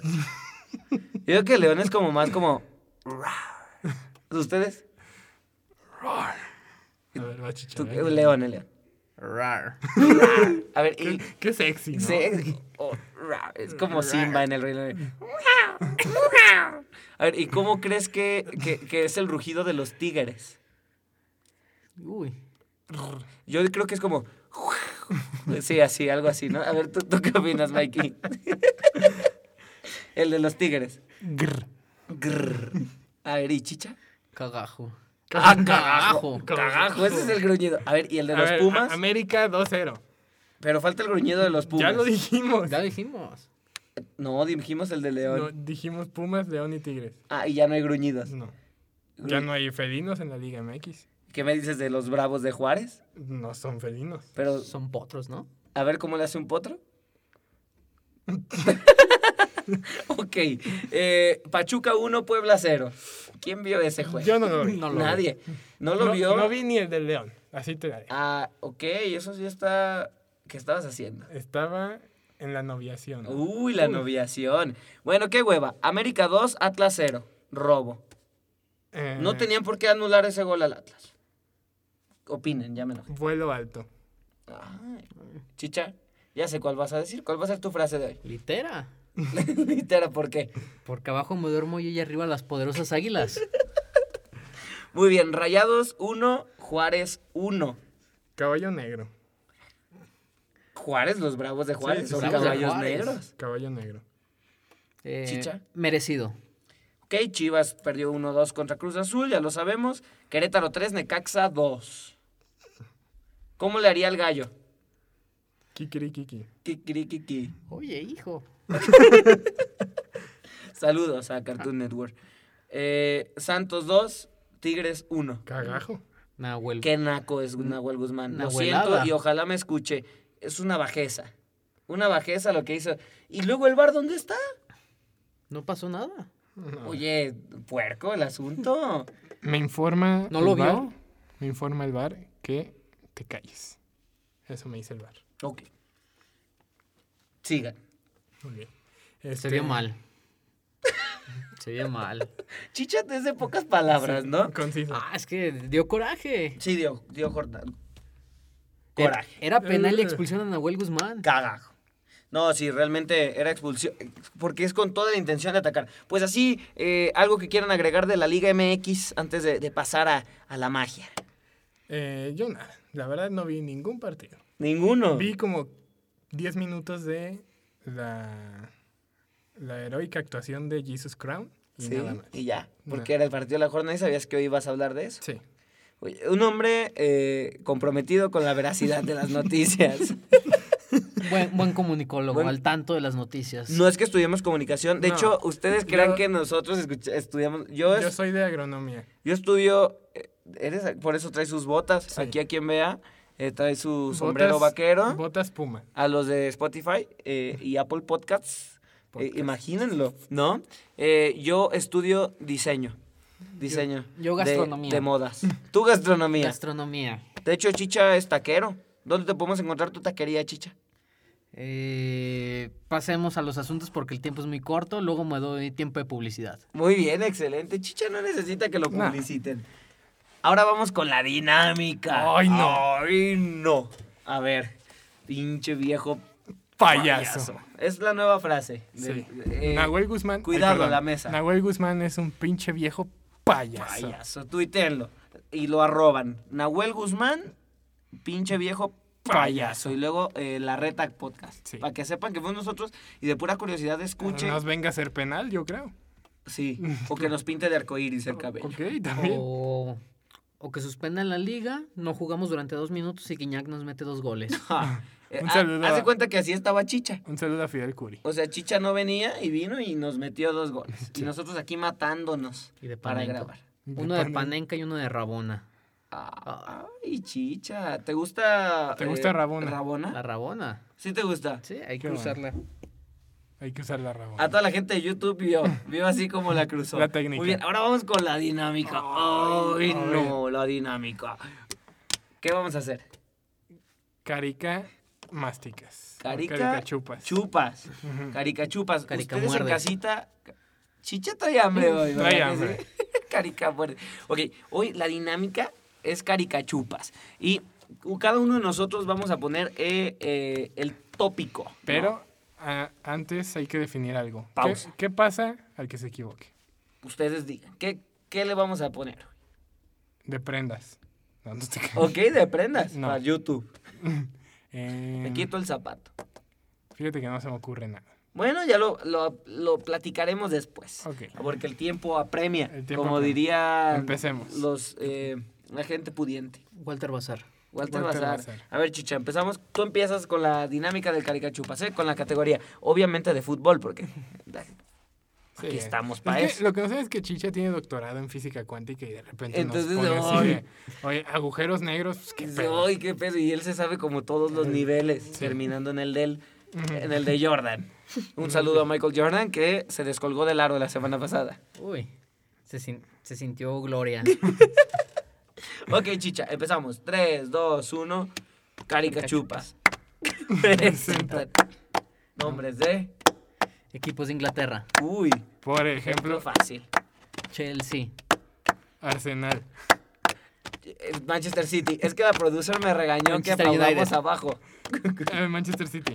Speaker 4: Yo creo que el león es como más como... rar. ¿Ustedes?
Speaker 3: A ¿eh? ver, va, Chicha,
Speaker 4: Tú-
Speaker 3: a ver.
Speaker 4: el león, el león.
Speaker 5: Rar.
Speaker 4: A ver, y...
Speaker 3: Qué sexy, ¿no?
Speaker 4: Sí, es- o- ra- es como Simba en el Rey León. A ver, ¿y cómo crees que, que- que es el rugido de los tigres?
Speaker 5: Uy.
Speaker 4: Yo creo que es como... Sí, así, algo así, ¿no? A ver, ¿tú, tú qué opinas, Mikey? El de los tigres.
Speaker 3: Grr.
Speaker 4: Grrr. A ver, ¿y chicha?
Speaker 5: Cagajo.
Speaker 4: Ah,
Speaker 5: cagajo.
Speaker 4: Cagajo, Pues ese es el gruñido. A ver, ¿y el de
Speaker 3: A
Speaker 4: los
Speaker 3: ver,
Speaker 4: pumas?
Speaker 3: a- América 2-0.
Speaker 4: Pero falta el gruñido de los pumas.
Speaker 3: Ya lo dijimos.
Speaker 5: Ya dijimos.
Speaker 4: No, dijimos el de león.
Speaker 3: No, dijimos pumas, león y tigres.
Speaker 4: Ah, y ya no hay gruñidos.
Speaker 3: No. Ya no hay felinos en la Liga MX.
Speaker 4: ¿Qué me dices de los bravos de Juárez?
Speaker 3: No son felinos.
Speaker 4: Pero
Speaker 5: Son potros, ¿no?
Speaker 4: A ver cómo le hace un potro. ok. eh, Pachuca 1, Puebla 0. ¿Quién vio ese juego?
Speaker 3: Yo no lo vi.
Speaker 5: No lo vi.
Speaker 4: Nadie. ¿No lo vio?
Speaker 3: No vi ni el del león. Así te la dejo.
Speaker 4: Ah, ok. Eso sí está... ¿Qué estabas haciendo?
Speaker 3: Estaba En la noviación.
Speaker 4: Uy, la noviación. Bueno, qué hueva. América 2, Atlas 0. Robo.
Speaker 3: Eh,
Speaker 4: No tenían por qué anular ese gol al Atlas. Opinen, ya me enojé.
Speaker 3: Vuelo alto.
Speaker 4: Ay, chicha, ya sé cuál vas a decir. ¿Cuál va a ser tu frase de hoy?
Speaker 5: Litera.
Speaker 4: Literal, ¿por qué?
Speaker 5: Porque abajo me duermo y allá arriba las poderosas águilas.
Speaker 4: Muy bien, Rayados 1, Juárez 1.
Speaker 3: Caballo negro.
Speaker 4: Juárez, los bravos de Juárez,
Speaker 3: sí,
Speaker 4: son
Speaker 5: sí,
Speaker 4: caballos
Speaker 5: Juárez.
Speaker 4: negros.
Speaker 3: Caballo negro.
Speaker 5: Eh,
Speaker 4: Chicha.
Speaker 5: Merecido.
Speaker 4: Ok, Chivas perdió 1-2 contra Cruz Azul, ya lo sabemos. Querétaro 3, Necaxa 2. ¿Cómo le haría el gallo?
Speaker 3: Kikirikiki.
Speaker 4: Kikirikiki.
Speaker 5: Oye, hijo.
Speaker 4: Saludos a
Speaker 3: Ah.
Speaker 4: Cartoon Network. Eh, Santos 2, Tigres 1.
Speaker 3: Cagajo.
Speaker 5: Nahuel.
Speaker 4: Qué naco es Nahuel Guzmán. Lo
Speaker 5: Nahuelada.
Speaker 4: siento y ojalá me escuche. Es una bajeza. Una bajeza lo que hizo. ¿Y luego el bar dónde está?
Speaker 5: No pasó nada.
Speaker 4: Oye, puerco el asunto.
Speaker 3: Me informa.
Speaker 5: ¿No lo
Speaker 3: el VAR-
Speaker 5: vio?
Speaker 3: Me informa el bar que te calles. Eso me dice el bar.
Speaker 4: Ok. Sigan.
Speaker 3: Muy bien.
Speaker 5: Se
Speaker 3: Este,
Speaker 5: vio mal. Se vio mal.
Speaker 4: Chicha es de pocas palabras, ¿no?
Speaker 3: Conciso.
Speaker 5: Ah, es que dio coraje.
Speaker 4: Sí, dio, dio jornada. Coraje.
Speaker 5: Era penal y expulsión a Nahuel Guzmán.
Speaker 4: Cagajo. No, sí, realmente era expulsión. Porque es con toda la intención de atacar. Pues así, eh, algo que quieran agregar de la Liga MX antes de, de pasar a, a la magia.
Speaker 3: Eh, yo nada. La verdad no vi ningún partido.
Speaker 4: Ninguno.
Speaker 3: Vi como 10 minutos de la, la heroica actuación de Jesus Crown y
Speaker 4: Sí,
Speaker 3: nada más.
Speaker 4: y ya. Porque
Speaker 3: Nada.
Speaker 4: era el partido de la jornada y sabías que hoy ibas a hablar de eso.
Speaker 3: Sí.
Speaker 4: Oye, Un hombre eh, comprometido con la veracidad de las noticias.
Speaker 5: Buen, buen comunicólogo,
Speaker 4: Buen-
Speaker 5: al tanto de las noticias.
Speaker 4: No es que estudiemos comunicación. De
Speaker 3: No.
Speaker 4: hecho, ustedes crean
Speaker 3: Yo-
Speaker 4: que nosotros escucha- estudiamos. Yo, es-
Speaker 3: Yo soy de agronomía.
Speaker 4: yo estudio. eh, Eres, por eso trae sus botas.
Speaker 3: Sí.
Speaker 4: Aquí a quien vea, eh, trae su sombrero
Speaker 3: Botas-
Speaker 4: vaquero.
Speaker 3: Botas Puma.
Speaker 4: a los de Spotify eh, y Apple Podcasts. eh,
Speaker 3: Podcast.
Speaker 4: imagínenlo, ¿no? Eh, yo estudio diseño. Diseño.
Speaker 5: yo
Speaker 4: de-
Speaker 5: gastronomía.
Speaker 4: De, modas. Tú gastronomía.
Speaker 5: Gastronomía.
Speaker 4: De hecho, Chicha es taquero. ¿Dónde te podemos encontrar tu taquería, Chicha?
Speaker 5: Eh, pasemos a los asuntos porque el tiempo es muy corto. Luego me doy tiempo de publicidad.
Speaker 4: Muy bien, excelente. Chicha no necesita que lo
Speaker 3: No.
Speaker 4: publiciten. Ahora vamos con la dinámica.
Speaker 3: Ay, no.
Speaker 4: Ay, no. A ver, pinche viejo
Speaker 3: Payaso.
Speaker 4: Es la nueva frase.
Speaker 3: Sí.
Speaker 4: De- eh,
Speaker 3: Nahuel Guzmán.
Speaker 4: cuidado,
Speaker 3: perdón.
Speaker 4: la mesa.
Speaker 3: Nahuel Guzmán es un pinche viejo payaso.
Speaker 4: Payaso, tuítenlo. Y lo arroban. Nahuel Guzmán, pinche viejo payaso.
Speaker 3: Payaso.
Speaker 4: Y luego eh, la Retac Podcast.
Speaker 3: Sí.
Speaker 4: Para que sepan que fuimos nosotros y de pura curiosidad escuchen.
Speaker 3: Nos venga a ser penal, yo creo.
Speaker 4: Sí. O que nos pinte de arcoíris el cabello.
Speaker 3: Ok, también.
Speaker 4: Oh.
Speaker 5: O, o que suspendan la liga, no jugamos durante dos minutos y Guiñac nos mete dos goles.
Speaker 4: Ja. Eh,
Speaker 3: Un
Speaker 4: ha-
Speaker 3: saludo
Speaker 4: Haz de
Speaker 3: a-
Speaker 4: cuenta que así estaba Chicha.
Speaker 3: Un saludo a Fidel Curi.
Speaker 4: O sea, Chicha no venía y vino y nos metió dos goles. Y nosotros aquí matándonos
Speaker 5: Y de
Speaker 4: para
Speaker 5: Panenka.
Speaker 4: grabar.
Speaker 5: Uno de
Speaker 3: Panen-
Speaker 5: Panenca y uno de Rabona.
Speaker 4: Ay, Chicha. ¿Te gusta.
Speaker 3: Ah.
Speaker 4: eh,
Speaker 3: ¿Te gusta Rabona?
Speaker 4: Ah.
Speaker 5: La Rabona.
Speaker 4: Sí, te gusta.
Speaker 5: Sí,
Speaker 3: Qué
Speaker 5: hay que
Speaker 3: bueno.
Speaker 5: usarla.
Speaker 3: Hay que usar la rabona.
Speaker 4: A toda la gente de YouTube vio, vio así como la cruzó.
Speaker 3: La técnica.
Speaker 4: Muy bien, ahora vamos con la dinámica. Ay, no, la dinámica. ¿Qué vamos a hacer?
Speaker 3: Carica masticas. O
Speaker 4: Carica,
Speaker 3: chupas.
Speaker 4: Chupas. Carica chupas.
Speaker 5: Carica
Speaker 4: Ustedes
Speaker 5: muerde.
Speaker 4: en casita. Chicha trae hambre hoy, ¿verdad
Speaker 3: Trae
Speaker 4: que
Speaker 3: hambre.
Speaker 4: sí? Carica muerde. Ok, hoy la dinámica es carica chupas. Y cada uno de nosotros vamos a poner eh, eh, el tópico. ¿no?
Speaker 3: Pero a- antes hay que definir algo. ¿Qué-
Speaker 4: Pausa.
Speaker 3: ¿Qué, pasa al que se equivoque?
Speaker 4: Ustedes digan, ¿qué, ¿qué le vamos a poner?
Speaker 3: De prendas. No, no te creas.
Speaker 4: Ok, de prendas.
Speaker 3: No.
Speaker 4: Para YouTube.
Speaker 3: Eh,
Speaker 4: Me quito el zapato.
Speaker 3: Fíjate que no se me ocurre nada.
Speaker 4: Bueno, ya lo, lo- lo platicaremos después.
Speaker 3: Ok.
Speaker 4: Porque el tiempo apremia,
Speaker 3: El tiempo
Speaker 4: como
Speaker 3: apremia.
Speaker 4: diría
Speaker 3: Empecemos.
Speaker 4: los eh, la gente pudiente.
Speaker 5: Walter Bazar.
Speaker 4: Walter,
Speaker 3: Walter
Speaker 4: Bazar.
Speaker 3: Bazar.
Speaker 4: A ver, Chicha, empezamos. Tú empiezas con la dinámica del caricachupas, ¿eh? Con la categoría, obviamente, de fútbol, porque Aquí estamos pa'
Speaker 3: Es que
Speaker 4: eso.
Speaker 3: Lo que no sabes es que Chicha tiene doctorado en física cuántica y de repente
Speaker 4: Entonces,
Speaker 3: nos pone
Speaker 4: ay.
Speaker 3: así de, Oye, agujeros negros, pues, qué
Speaker 4: dice,
Speaker 3: pedo".
Speaker 4: "Ay, qué pedo", Y él se sabe como todos los niveles, terminando en el del, en el de Jordan. Un saludo a Michael Jordan, que se descolgó del aro la semana pasada.
Speaker 5: Uy, se, sin- se sintió gloria.
Speaker 4: Ok, chicha, empezamos. 3, 2, 1. Caricachupas. Nombres de.
Speaker 5: Equipos de Inglaterra.
Speaker 4: Uy,
Speaker 3: Por
Speaker 4: ejemplo
Speaker 3: ejemplo,
Speaker 4: fácil.
Speaker 5: Chelsea.
Speaker 3: Arsenal.
Speaker 4: Eh, Manchester City. Es que la producer me regañó
Speaker 5: Manchester
Speaker 4: que aplaudamos
Speaker 5: United.
Speaker 4: abajo.
Speaker 3: Eh, Manchester City.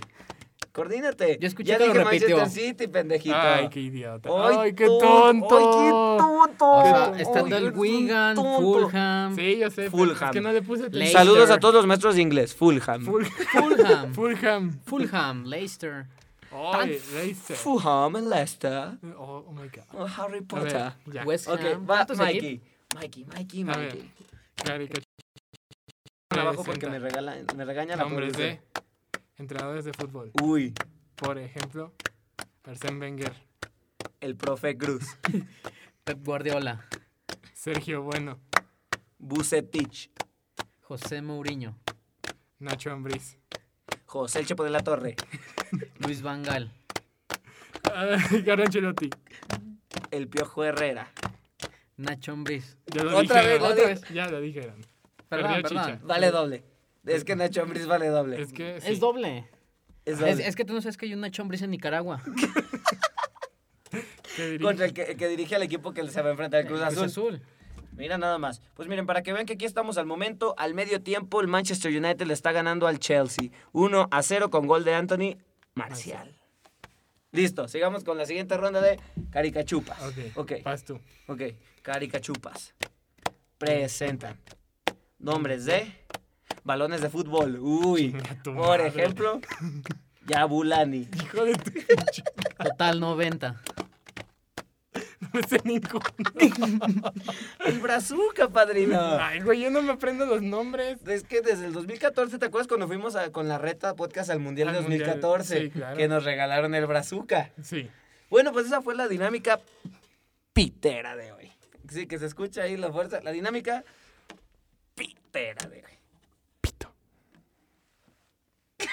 Speaker 4: Coordínate.
Speaker 5: Yo escuché
Speaker 4: ya
Speaker 5: que lo
Speaker 4: dije
Speaker 5: repitió.
Speaker 4: Manchester City, pendejito.
Speaker 3: Ay, qué idiota.
Speaker 4: Ay,
Speaker 3: Ay, qué
Speaker 4: tonto,
Speaker 3: tonto.
Speaker 4: Ay, qué tonto.
Speaker 5: O sea,
Speaker 4: Ay,
Speaker 5: estando el
Speaker 4: eres un
Speaker 5: Wigan,
Speaker 4: Oh, tonto.
Speaker 5: Fulham.
Speaker 3: Sí, yo sé. pero
Speaker 4: Fulham.
Speaker 3: Es que no le puse atención.
Speaker 5: Leicester.
Speaker 4: Saludos a todos los maestros de inglés. Fulham.
Speaker 3: Ful-
Speaker 5: Fulham.
Speaker 3: Fulham.
Speaker 5: Fulham, Leicester.
Speaker 3: Ay, Leicester.
Speaker 4: Fulham and Leicester.
Speaker 3: Oh, oh my God.
Speaker 4: Oh, Harry
Speaker 3: A ver,
Speaker 4: Potter.
Speaker 3: ya.
Speaker 5: West
Speaker 4: Ok,
Speaker 5: Ham.
Speaker 4: va
Speaker 5: ¿Cuántos equipos?
Speaker 4: Mikey. Mikey, Mikey,
Speaker 3: A ver,
Speaker 4: Mikey.
Speaker 3: Caricatura.
Speaker 4: Pon abajo porque me,
Speaker 3: Presenta
Speaker 4: regala, me regaña la
Speaker 3: Nombres
Speaker 4: producción.
Speaker 3: de entrenadores de fútbol.
Speaker 4: Uy,
Speaker 3: Por ejemplo, Arsène Wenger,
Speaker 4: el profe Cruz.
Speaker 5: Pep Guardiola.
Speaker 3: Sergio Bueno,
Speaker 4: Bucetich.
Speaker 5: José Mourinho.
Speaker 3: Nacho Ambriz.
Speaker 4: José El Chepo de la Torre.
Speaker 5: Luis Vangal.
Speaker 3: Ah, Carlo Ancelotti.
Speaker 4: El Piojo Herrera.
Speaker 5: Nacho Ambriz.
Speaker 3: Ya lo
Speaker 4: Otra
Speaker 3: dijeron.
Speaker 4: vez,
Speaker 5: otra vez.
Speaker 3: Ya lo dijeron.
Speaker 5: Perdón,
Speaker 3: Perdió
Speaker 5: perdón.
Speaker 3: Chicha.
Speaker 4: Vale doble. Es que Nacho Ambriz vale doble.
Speaker 3: Es que sí.
Speaker 5: Es doble.
Speaker 4: Es
Speaker 5: Es,
Speaker 4: doble.
Speaker 5: es que tú no sabes que hay un Nacho Ambriz en Nicaragua.
Speaker 3: ¿Qué dirige?
Speaker 4: Contra el que, el que dirige al equipo que se va a enfrentar al Cruz
Speaker 5: Cruz
Speaker 4: Azul.
Speaker 5: Azul.
Speaker 4: Mira nada más. Pues miren, para que vean que aquí estamos al momento, al medio tiempo, el Manchester United le está ganando al Chelsea. 1 a 0 con gol de Anthony Marcial. Listo, sigamos con la siguiente ronda de Caricachupas.
Speaker 3: Ok.
Speaker 4: Ok,
Speaker 3: Vas tú.
Speaker 4: ok. Caricachupas. Presentan. Nombres de balones de fútbol. Uy.
Speaker 3: Chinga tu
Speaker 4: Por
Speaker 3: madre.
Speaker 4: ejemplo, Yabulani.
Speaker 3: Hijo de tu pinche.
Speaker 5: Total 90.
Speaker 3: No me sé ninguno.
Speaker 4: El Brazuca, padrino.
Speaker 3: Ay, güey, yo no me aprendo los nombres.
Speaker 4: Es que desde el 2014, ¿te acuerdas cuando fuimos a- con la reta podcast al Mundial
Speaker 3: Al Mundial,
Speaker 4: 2014?
Speaker 3: sí, claro.
Speaker 4: Que nos regalaron el Brazuca.
Speaker 3: Sí.
Speaker 4: Bueno, pues esa fue la dinámica pitera de hoy. Sí, que se escucha ahí la fuerza. La dinámica pitera de hoy.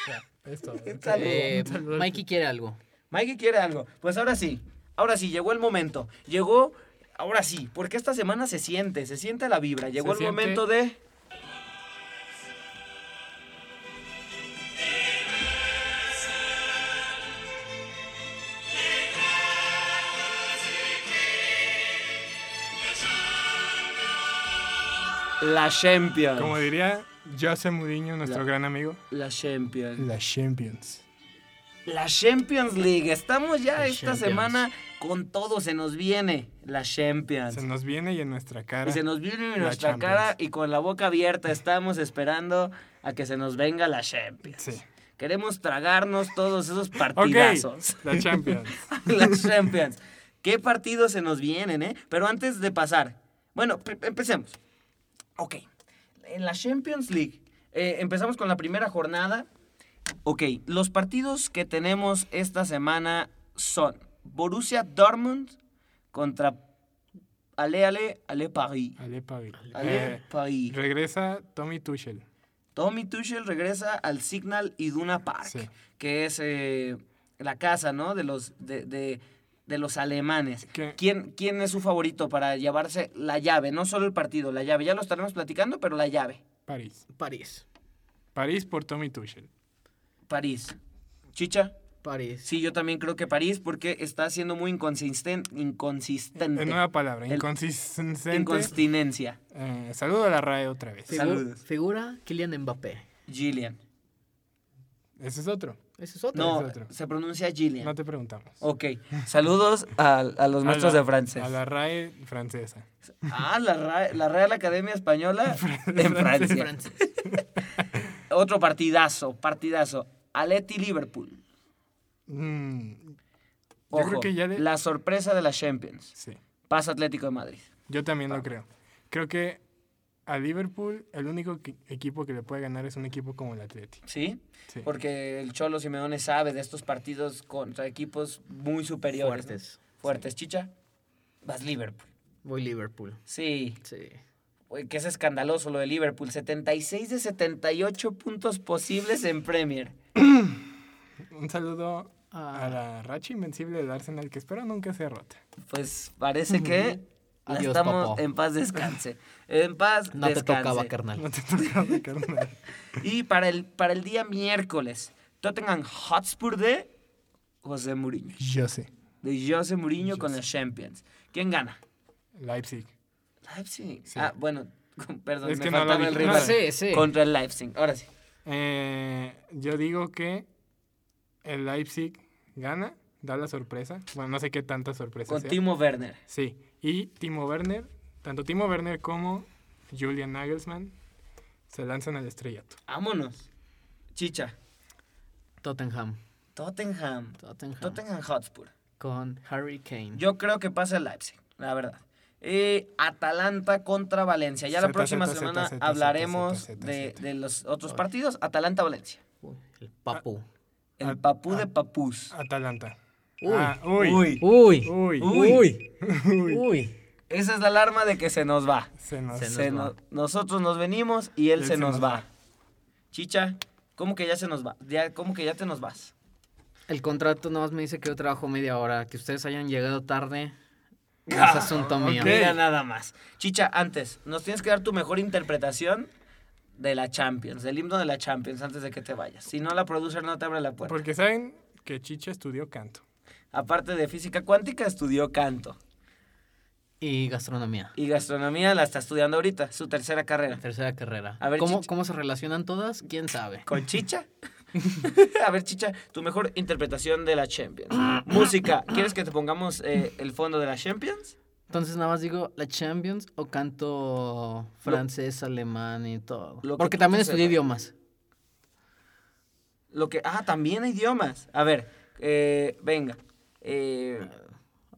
Speaker 3: Ya, es todo.
Speaker 4: Salud.
Speaker 5: Eh,
Speaker 3: Saludos.
Speaker 5: Mikey quiere algo.
Speaker 4: Mikey quiere algo. Pues ahora sí, ahora sí, llegó el momento. Llegó, ahora sí, porque esta semana se siente, se siente la vibra. Llegó
Speaker 3: Se
Speaker 4: el
Speaker 3: siente.
Speaker 4: momento de... La Champions.
Speaker 3: Como diría José Mourinho, nuestro
Speaker 4: La-
Speaker 3: gran amigo.
Speaker 4: La Champions.
Speaker 3: La Champions.
Speaker 4: La Champions League. Estamos ya
Speaker 5: La
Speaker 4: esta
Speaker 5: Champions.
Speaker 4: semana con todo. Se nos viene la Champions.
Speaker 3: Se nos viene y en nuestra cara.
Speaker 4: y se nos viene en
Speaker 3: la
Speaker 4: nuestra
Speaker 3: Champions.
Speaker 4: cara y con la boca abierta estamos esperando a que se nos venga la Champions.
Speaker 3: Sí.
Speaker 4: Queremos tragarnos todos esos
Speaker 3: Ok.
Speaker 4: partidazos.
Speaker 3: La Champions.
Speaker 4: la Champions. ¿Qué partidos se nos vienen, eh? Pero antes de pasar, bueno, pr- empecemos. Ok, en la Champions League, eh, empezamos con la primera jornada. Ok, los partidos que tenemos esta semana son Borussia Dortmund contra Ale Ale Ale Paris.
Speaker 3: Ale Pavi.
Speaker 4: Ale
Speaker 3: Eh,
Speaker 4: Paris.
Speaker 3: regresa Tommy Tuchel.
Speaker 4: Tommy Tuchel regresa al Signal Iduna Park,
Speaker 3: Sí.
Speaker 4: que es eh, la casa, ¿no? De los de, de- de los alemanes.
Speaker 3: ¿Qué?
Speaker 4: ¿Quién, ¿Quién es su favorito para llevarse la llave? No solo el partido, la llave. Ya lo estaremos platicando, pero la llave.
Speaker 3: París.
Speaker 5: París.
Speaker 3: París por Tommy Tuchel.
Speaker 4: París. Chicha.
Speaker 5: París.
Speaker 4: Sí, yo también creo que París, porque está siendo muy inconsisten- inconsistente.
Speaker 3: En nueva palabra,
Speaker 4: El-
Speaker 3: inconsistente.
Speaker 4: Inconstinencia.
Speaker 3: Eh, saludo a la RAE otra vez.
Speaker 4: Sí.
Speaker 5: Figu-
Speaker 4: Saludos.
Speaker 5: Figura Kylian Mbappé.
Speaker 4: Gillian.
Speaker 3: Ese es otro.
Speaker 5: Ese es otro.
Speaker 4: No,
Speaker 3: es otro.
Speaker 4: se pronuncia Gillian.
Speaker 3: No te preguntamos.
Speaker 4: Ok. Saludos a, a los maestros
Speaker 3: A la-
Speaker 4: de francés.
Speaker 3: A la RAE francesa.
Speaker 4: Ah, la, Ra- la Real Academia Española en
Speaker 5: En
Speaker 4: Francia.
Speaker 5: francés.
Speaker 4: Otro partidazo, partidazo. Aleti Liverpool.
Speaker 3: Mm, Yo
Speaker 4: Ojo,
Speaker 3: creo que ya le-
Speaker 4: la sorpresa de la Champions.
Speaker 3: sí.
Speaker 4: Pasa Atlético de Madrid.
Speaker 3: Yo también lo creo. Creo que a Liverpool el único que- equipo que le puede ganar es un equipo como el Atlético.
Speaker 4: ¿Sí?
Speaker 3: Sí.
Speaker 4: Porque el Cholo Simeone sabe de estos partidos contra equipos muy superiores. ¿no?
Speaker 5: Fuertes.
Speaker 4: Fuertes, chicha. Vas Liverpool.
Speaker 5: Voy Liverpool.
Speaker 4: Sí,
Speaker 5: Sí.
Speaker 4: Uy, que es escandaloso lo de Liverpool. 76 de 78 puntos posibles en Premier.
Speaker 3: Un saludo
Speaker 5: Ah.
Speaker 3: a la racha invencible del Arsenal que espero nunca sea rota.
Speaker 4: Pues parece que la
Speaker 5: Adiós,
Speaker 4: estamos
Speaker 5: papá.
Speaker 4: en paz descanse. En paz
Speaker 5: No te
Speaker 4: descanse.
Speaker 5: tocaba, carnal.
Speaker 3: No te tocaba, carnal.
Speaker 4: Y para el, para el día miércoles, Tottenham Hotspur de José Mourinho.
Speaker 3: Yo sé.
Speaker 4: De José Mourinho con los Champions. ¿Quién gana?
Speaker 3: Leipzig.
Speaker 4: Leipzig.
Speaker 3: Sí.
Speaker 4: Ah, bueno, con- perdón,
Speaker 3: Es
Speaker 4: me
Speaker 3: que no lo
Speaker 4: faltaba el
Speaker 3: dije.
Speaker 4: rival.
Speaker 3: Sí,
Speaker 5: Ah, sí.
Speaker 4: Contra el Leipzig. Ahora sí.
Speaker 3: Eh, yo digo que el Leipzig gana, da la sorpresa. Bueno, no sé qué tanta sorpresa
Speaker 4: Con
Speaker 3: sea.
Speaker 4: Timo Werner.
Speaker 3: Sí. Y Timo Werner, tanto Timo Werner como Julian Nagelsmann se lanzan al estrellato.
Speaker 4: Vámonos. Chicha.
Speaker 5: Tottenham.
Speaker 4: Tottenham.
Speaker 5: Tottenham.
Speaker 4: Tottenham Hotspur.
Speaker 5: Con Harry Kane.
Speaker 4: Yo creo que pasa el Leipzig, la verdad. Eh, Atalanta contra Valencia. Ya la
Speaker 3: Zeta,
Speaker 4: próxima
Speaker 3: zeta,
Speaker 4: semana
Speaker 3: zeta, zeta,
Speaker 4: hablaremos
Speaker 3: zeta, zeta,
Speaker 4: de,
Speaker 3: zeta.
Speaker 4: de los otros partidos. Atalanta-Valencia.
Speaker 5: Uy, el Papu.
Speaker 3: Ah.
Speaker 4: El
Speaker 3: At-
Speaker 4: papú de papús.
Speaker 3: Atalanta.
Speaker 5: Uy.
Speaker 3: Ah, uy.
Speaker 4: Uy.
Speaker 5: Uy.
Speaker 3: Uy.
Speaker 5: Uy. Uy.
Speaker 4: Esa es la alarma de que se nos va.
Speaker 3: Ah, Se nos-
Speaker 5: Se nos
Speaker 4: Se
Speaker 5: va.
Speaker 4: no- nosotros nos venimos y él, se, nos, va. Chicha, ¿cómo que ya se nos va? Ya, ¿Cómo que ya te nos vas?
Speaker 5: El contrato nada más me dice que yo trabajo media hora. Que ustedes hayan llegado tarde no
Speaker 4: Ah,
Speaker 5: es
Speaker 3: Ah,
Speaker 5: asunto mío.
Speaker 4: Mira nada más. Chicha, antes, nos tienes que dar tu mejor interpretación de la Champions, del himno de la Champions antes de que te vayas. Si no, la producer no te abre la puerta.
Speaker 3: Porque saben que Chicha estudió canto.
Speaker 4: Aparte de física cuántica, estudió canto.
Speaker 5: Y gastronomía.
Speaker 4: Y gastronomía la está estudiando ahorita, su tercera carrera.
Speaker 5: Tercera carrera.
Speaker 4: A ver,
Speaker 5: ¿Cómo,
Speaker 4: Chicha.
Speaker 5: ¿Cómo se relacionan todas? ¿Quién sabe?
Speaker 4: ¿Con Chicha? A ver, Chicha, tu mejor interpretación de la Champions. Música, ¿quieres que te pongamos eh, el fondo de la Champions?
Speaker 5: Entonces nada más digo la Champions o canto francés, alemán y todo.
Speaker 4: lo que
Speaker 5: Porque
Speaker 4: tú
Speaker 5: también
Speaker 4: te
Speaker 5: estudié
Speaker 4: sepas.
Speaker 5: idiomas.
Speaker 4: Lo que. Ah, también hay idiomas. A ver, eh, venga. Eh,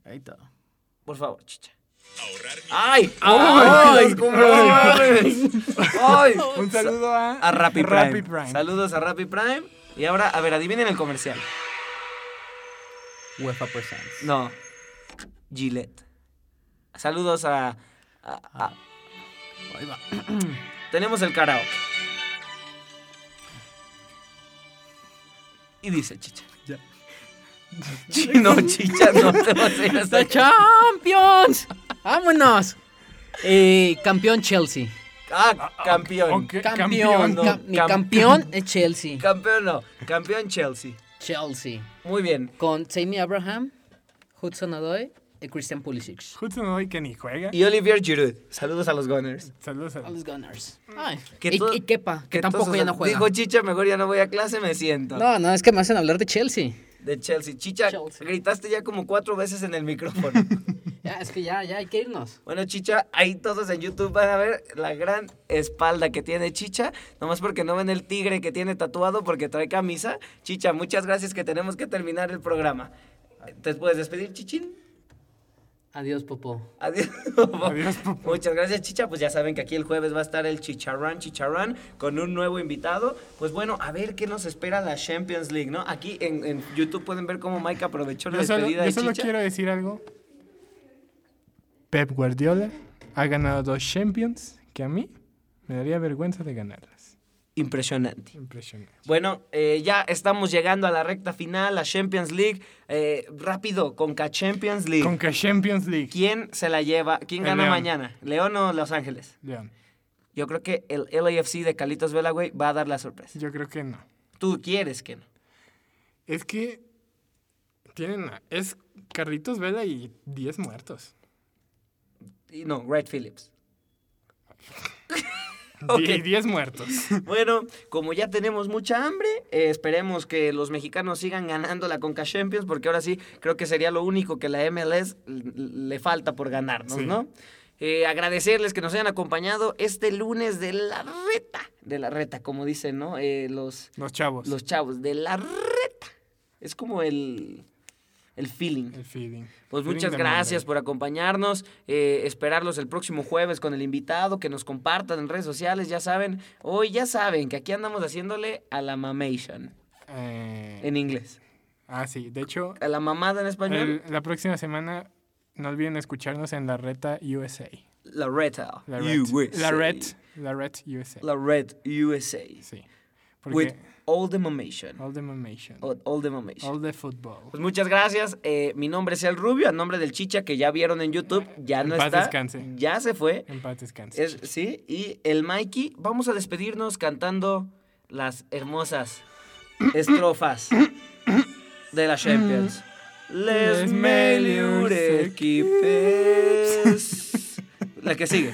Speaker 5: Ahí todo.
Speaker 4: por favor, chicha. ¡Ay! ¡Ay! ¿Cómo es? ¡Ay!
Speaker 3: Un saludo a,
Speaker 4: A Rappi Prime.
Speaker 3: Rappi Prime.
Speaker 4: Saludos a Rappi Prime. Y ahora, a ver, adivinen el comercial.
Speaker 5: UEFA
Speaker 4: pues,
Speaker 5: Presents.
Speaker 4: No. Gillette. Saludos a. a- a-
Speaker 5: Ahí va.
Speaker 4: Tenemos el karaoke. Y dice chicha.
Speaker 5: Ya.
Speaker 4: Chi- No, chicha, no te vas a ir hasta
Speaker 5: ¡The Champions! ¡Vámonos! Eh, campeón Chelsea.
Speaker 4: Ah, campeón.
Speaker 3: Ok,
Speaker 5: Campeón.
Speaker 3: campeón.
Speaker 4: no.
Speaker 5: cam- mi
Speaker 4: Cam-
Speaker 5: campeón es Chelsea.
Speaker 4: Campeón no. Campeón Chelsea.
Speaker 5: Chelsea.
Speaker 4: Muy bien.
Speaker 5: Con Tammy Abraham, Hudson Odoi y Christian Pulisic.
Speaker 3: Hudson hoy que ni juega.
Speaker 4: Y Olivier Giroud. Saludos a los Gunners.
Speaker 3: Saludos a
Speaker 5: A los Gunners. Ay,
Speaker 4: Que
Speaker 5: y,
Speaker 4: todo-
Speaker 5: y Kepa, que, tampoco
Speaker 4: todos-
Speaker 5: ya no juega.
Speaker 4: Dijo Chicha, mejor ya no voy a clase, me siento.
Speaker 5: No, no, es que me hacen hablar de Chelsea.
Speaker 4: De Chelsea. Chicha,
Speaker 5: Chelsea.
Speaker 4: gritaste ya como cuatro veces en el micrófono.
Speaker 5: Ya, es que ya, ya hay que irnos.
Speaker 4: bueno, Chicha, ahí todos en YouTube van a ver la gran espalda que tiene Chicha. Nomás porque no ven el tigre que tiene tatuado porque trae camisa. Chicha, muchas gracias que tenemos que terminar el programa. ¿Te puedes despedir, Chichín?
Speaker 5: Adiós, Popó.
Speaker 4: Adiós.
Speaker 3: Adiós, papá.
Speaker 4: Muchas gracias, Chicha. Pues ya saben que aquí el jueves va a estar el Chicharrán Chicharrán con un nuevo invitado. Pues bueno, a ver qué nos espera la Champions League, ¿no? Aquí en, en YouTube pueden ver cómo Mike aprovechó la
Speaker 3: Yo solo,
Speaker 4: despedida
Speaker 3: yo
Speaker 4: de
Speaker 3: solo
Speaker 4: Chicha.
Speaker 3: quiero decir algo. Pep Guardiola ha ganado dos Champions que a mí me daría vergüenza de ganarlas.
Speaker 4: Impresionante.
Speaker 3: Impresionante.
Speaker 4: Bueno, eh, ya estamos llegando a la recta final, la Champions League. Eh, rápido, Conca Champions League.
Speaker 3: Conca Champions League.
Speaker 4: ¿Quién se la lleva? ¿Quién
Speaker 3: El
Speaker 4: gana
Speaker 3: León.
Speaker 4: mañana? ¿León o Los Ángeles?
Speaker 3: León.
Speaker 4: Yo creo que el LAFC de Calitos Velagüey va a dar la sorpresa.
Speaker 3: Yo creo que no.
Speaker 4: Tú quieres que no.
Speaker 3: Es que tienen a- es Carlitos Vela y 10 muertos.
Speaker 4: Y No, Wright Phillips.
Speaker 3: Die- 10 muertos.
Speaker 4: Bueno, como ya tenemos mucha hambre, eh, esperemos que los mexicanos sigan ganando la Conca Champions, porque ahora sí creo que sería lo único que la MLS l- le falta por ganarnos,
Speaker 3: Sí.
Speaker 4: ¿no? Eh, agradecerles que nos hayan acompañado este lunes de la reta, de la reta, como dicen, ¿no? Eh, los,
Speaker 3: Los chavos.
Speaker 4: los chavos, de la reta. Es como el, el feeling.
Speaker 3: El feeding.
Speaker 4: Pues
Speaker 3: Feeding
Speaker 4: muchas
Speaker 3: de
Speaker 4: gracias
Speaker 3: Monday.
Speaker 4: por acompañarnos, eh, esperarlos el próximo jueves con el invitado, que nos compartan en redes sociales, ya saben, hoy ya saben que aquí andamos haciéndole a la mamation,
Speaker 3: Eh,
Speaker 4: en inglés,
Speaker 3: Ah, sí. De hecho,
Speaker 4: a la mamada en español,
Speaker 3: el- la próxima semana no olviden escucharnos en la reta USA.
Speaker 4: la reta,
Speaker 3: La red.
Speaker 4: USA.
Speaker 3: La red. La red USA.
Speaker 4: la red USA,
Speaker 3: Sí.
Speaker 4: with
Speaker 3: Porque
Speaker 4: all the mamation,
Speaker 3: all the mamation.
Speaker 4: all, all the mamation.
Speaker 3: All the football.
Speaker 4: Pues muchas gracias. eh, mi nombre es El Rubio, a nombre del Chicha que ya vieron en YouTube. Ya
Speaker 3: En
Speaker 4: no
Speaker 3: paz
Speaker 4: está.
Speaker 3: descanse.
Speaker 4: Ya se fue.
Speaker 3: En paz descanse.
Speaker 4: Es- sí, y el Mikey, vamos a despedirnos cantando las hermosas estrofas de la Champions. Les
Speaker 3: Les
Speaker 4: melior
Speaker 3: meliores
Speaker 4: equipes. La que sigue.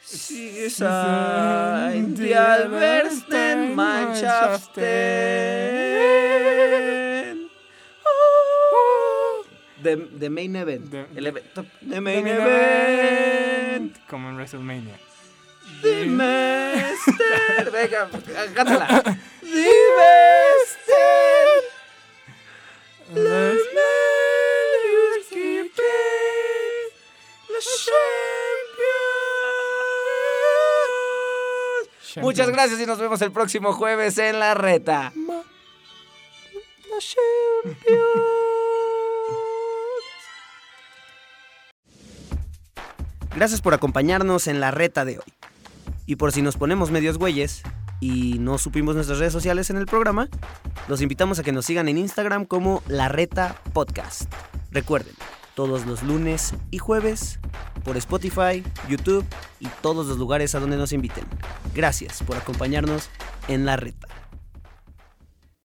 Speaker 4: Sigue sein die Albersten Mannschaften. The, the main event.
Speaker 3: The-
Speaker 4: el evento. The main event.
Speaker 3: Como en WrestleMania.
Speaker 4: The Master. Venga, cántala. The Master. Muchas gracias y nos vemos el próximo jueves en la reta.
Speaker 1: Gracias por acompañarnos en la reta de hoy. Y por si nos ponemos medios güeyes y no supimos nuestras redes sociales en el programa, los invitamos a que nos sigan en Instagram como La Reta Podcast. Recuerden, todos los lunes y jueves por Spotify, YouTube y todos los lugares a donde nos inviten. Gracias por acompañarnos en La Reta.